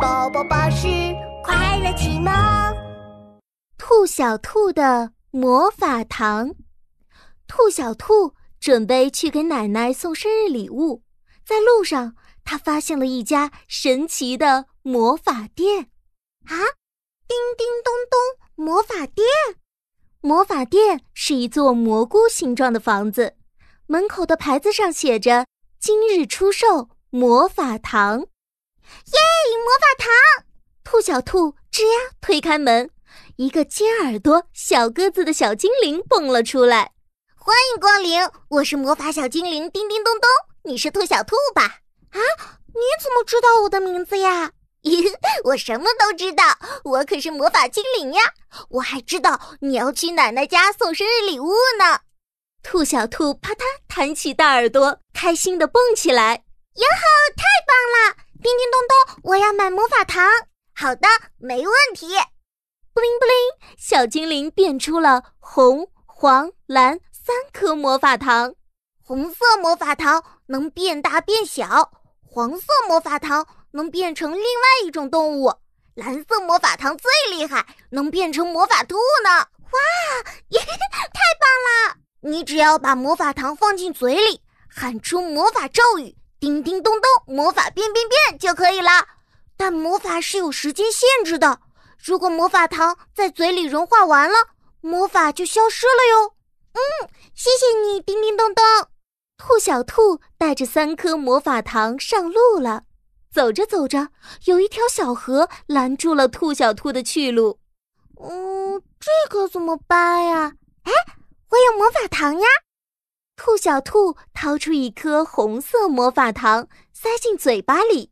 宝宝巴士快乐启蒙，兔小兔的魔法糖。兔小兔准备去给奶奶送生日礼物，在路上，他发现了一家神奇的魔法店。啊，叮叮咚咚，魔法店！魔法店是一座蘑菇形状的房子，门口的牌子上写着“今日出售魔法糖”。耶，魔法糖！兔小兔吱呀推开门，一个尖耳朵、小个子的小精灵蹦了出来。欢迎光临，我是魔法小精灵叮叮咚咚，你是兔小兔吧？啊，你怎么知道我的名字呀？ 我什么都知道，我可是魔法精灵呀！我还知道你要去奶奶家送生日礼物呢。兔小兔啪嗒弹起大耳朵，开心的蹦起来。哟吼，太棒了！叮叮咚咚，我要买魔法糖。好的，没问题。布灵布灵，小精灵变出了红、黄、蓝三颗魔法糖。红色魔法糖能变大变小，黄色魔法糖。能变成另外一种动物，蓝色魔法糖最厉害，能变成魔法兔呢！哇，太棒了！你只要把魔法糖放进嘴里，喊出魔法咒语“叮叮咚咚”，魔法变变变就可以了。但魔法是有时间限制的，如果魔法糖在嘴里融化完了，魔法就消失了哟。嗯，谢谢你，叮叮咚咚。兔小兔带着三颗魔法糖上路了。走着走着，有一条小河拦住了兔小兔的去路。哦嗯，这可、个、怎么办呀？哎，我有魔法糖呀！兔小兔掏出一颗红色魔法糖，塞进嘴巴里。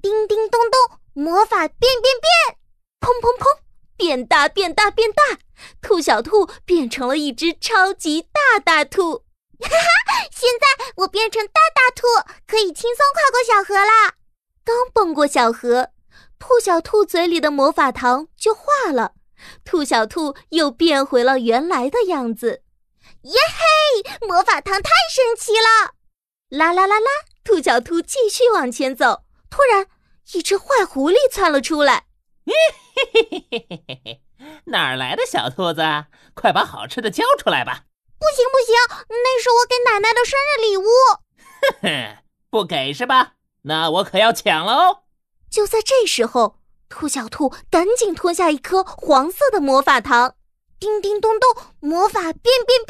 叮叮咚咚，魔法变变变！砰砰砰，变大变大变大！兔小兔变成了一只超级大大兔。哈哈，现在我变成大大兔，可以轻松跨过小河啦！刚蹦过小河，兔小兔嘴里的魔法糖就化了，兔小兔又变回了原来的样子。耶嘿，魔法糖太神奇了！啦啦啦啦，兔小兔继续往前走，突然，一只坏狐狸窜了出来。嘿嘿嘿嘿嘿嘿， 哪儿来的小兔子？快把好吃的交出来吧！ 不行不行，那是我给奶奶的生日礼物。哼哼，不给是吧？那我可要抢哦喽！就在这时候，兔小兔赶紧吞下一颗黄色的魔法糖，叮叮咚咚，魔法变变变！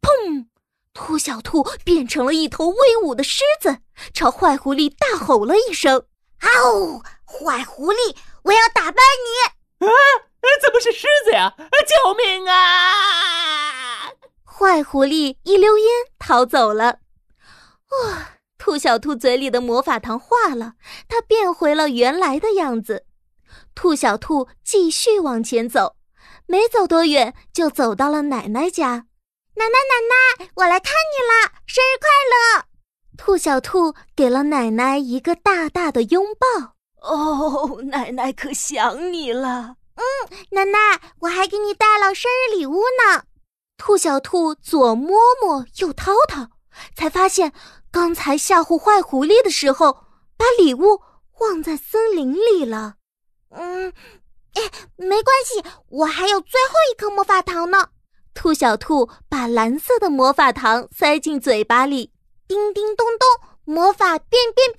砰！兔小兔变成了一头威武的狮子，朝坏狐狸大吼了一声：“啊哦！坏狐狸，我要打败你！”啊，怎么是狮子呀？哎救命啊！坏狐狸一溜烟逃走了。哇！兔小兔嘴里的魔法糖化了，它变回了原来的样子。兔小兔继续往前走，没走多远就走到了奶奶家。奶奶，奶奶，我来看你啦！生日快乐！兔小兔给了奶奶一个大大的拥抱。哦，奶奶可想你了。嗯，奶奶，我还给你带了生日礼物呢。兔小兔左摸摸，右掏掏，才发现。刚才吓唬坏狐狸的时候，把礼物忘在森林里了。嗯，哎，没关系，我还有最后一颗魔法糖呢。兔小兔把蓝色的魔法糖塞进嘴巴里，叮叮咚咚，魔法变变变，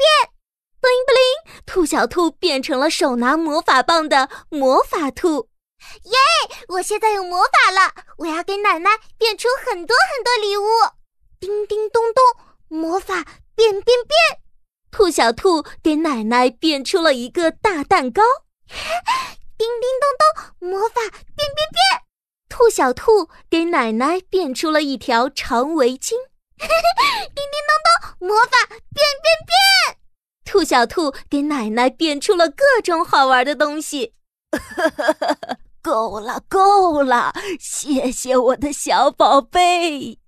布灵布灵，兔小兔变成了手拿魔法棒的魔法兔。耶！我现在有魔法了，我要给奶奶变出很多很多礼物。叮叮咚咚。魔法变变变！兔小兔给奶奶变出了一个大蛋糕。 叮叮咚咚，魔法变变变！兔小兔给奶奶变出了一条长围巾。 叮叮咚咚，魔法变变变！兔小兔给奶奶变出了各种好玩的东西。够了，够了！谢谢我的小宝贝。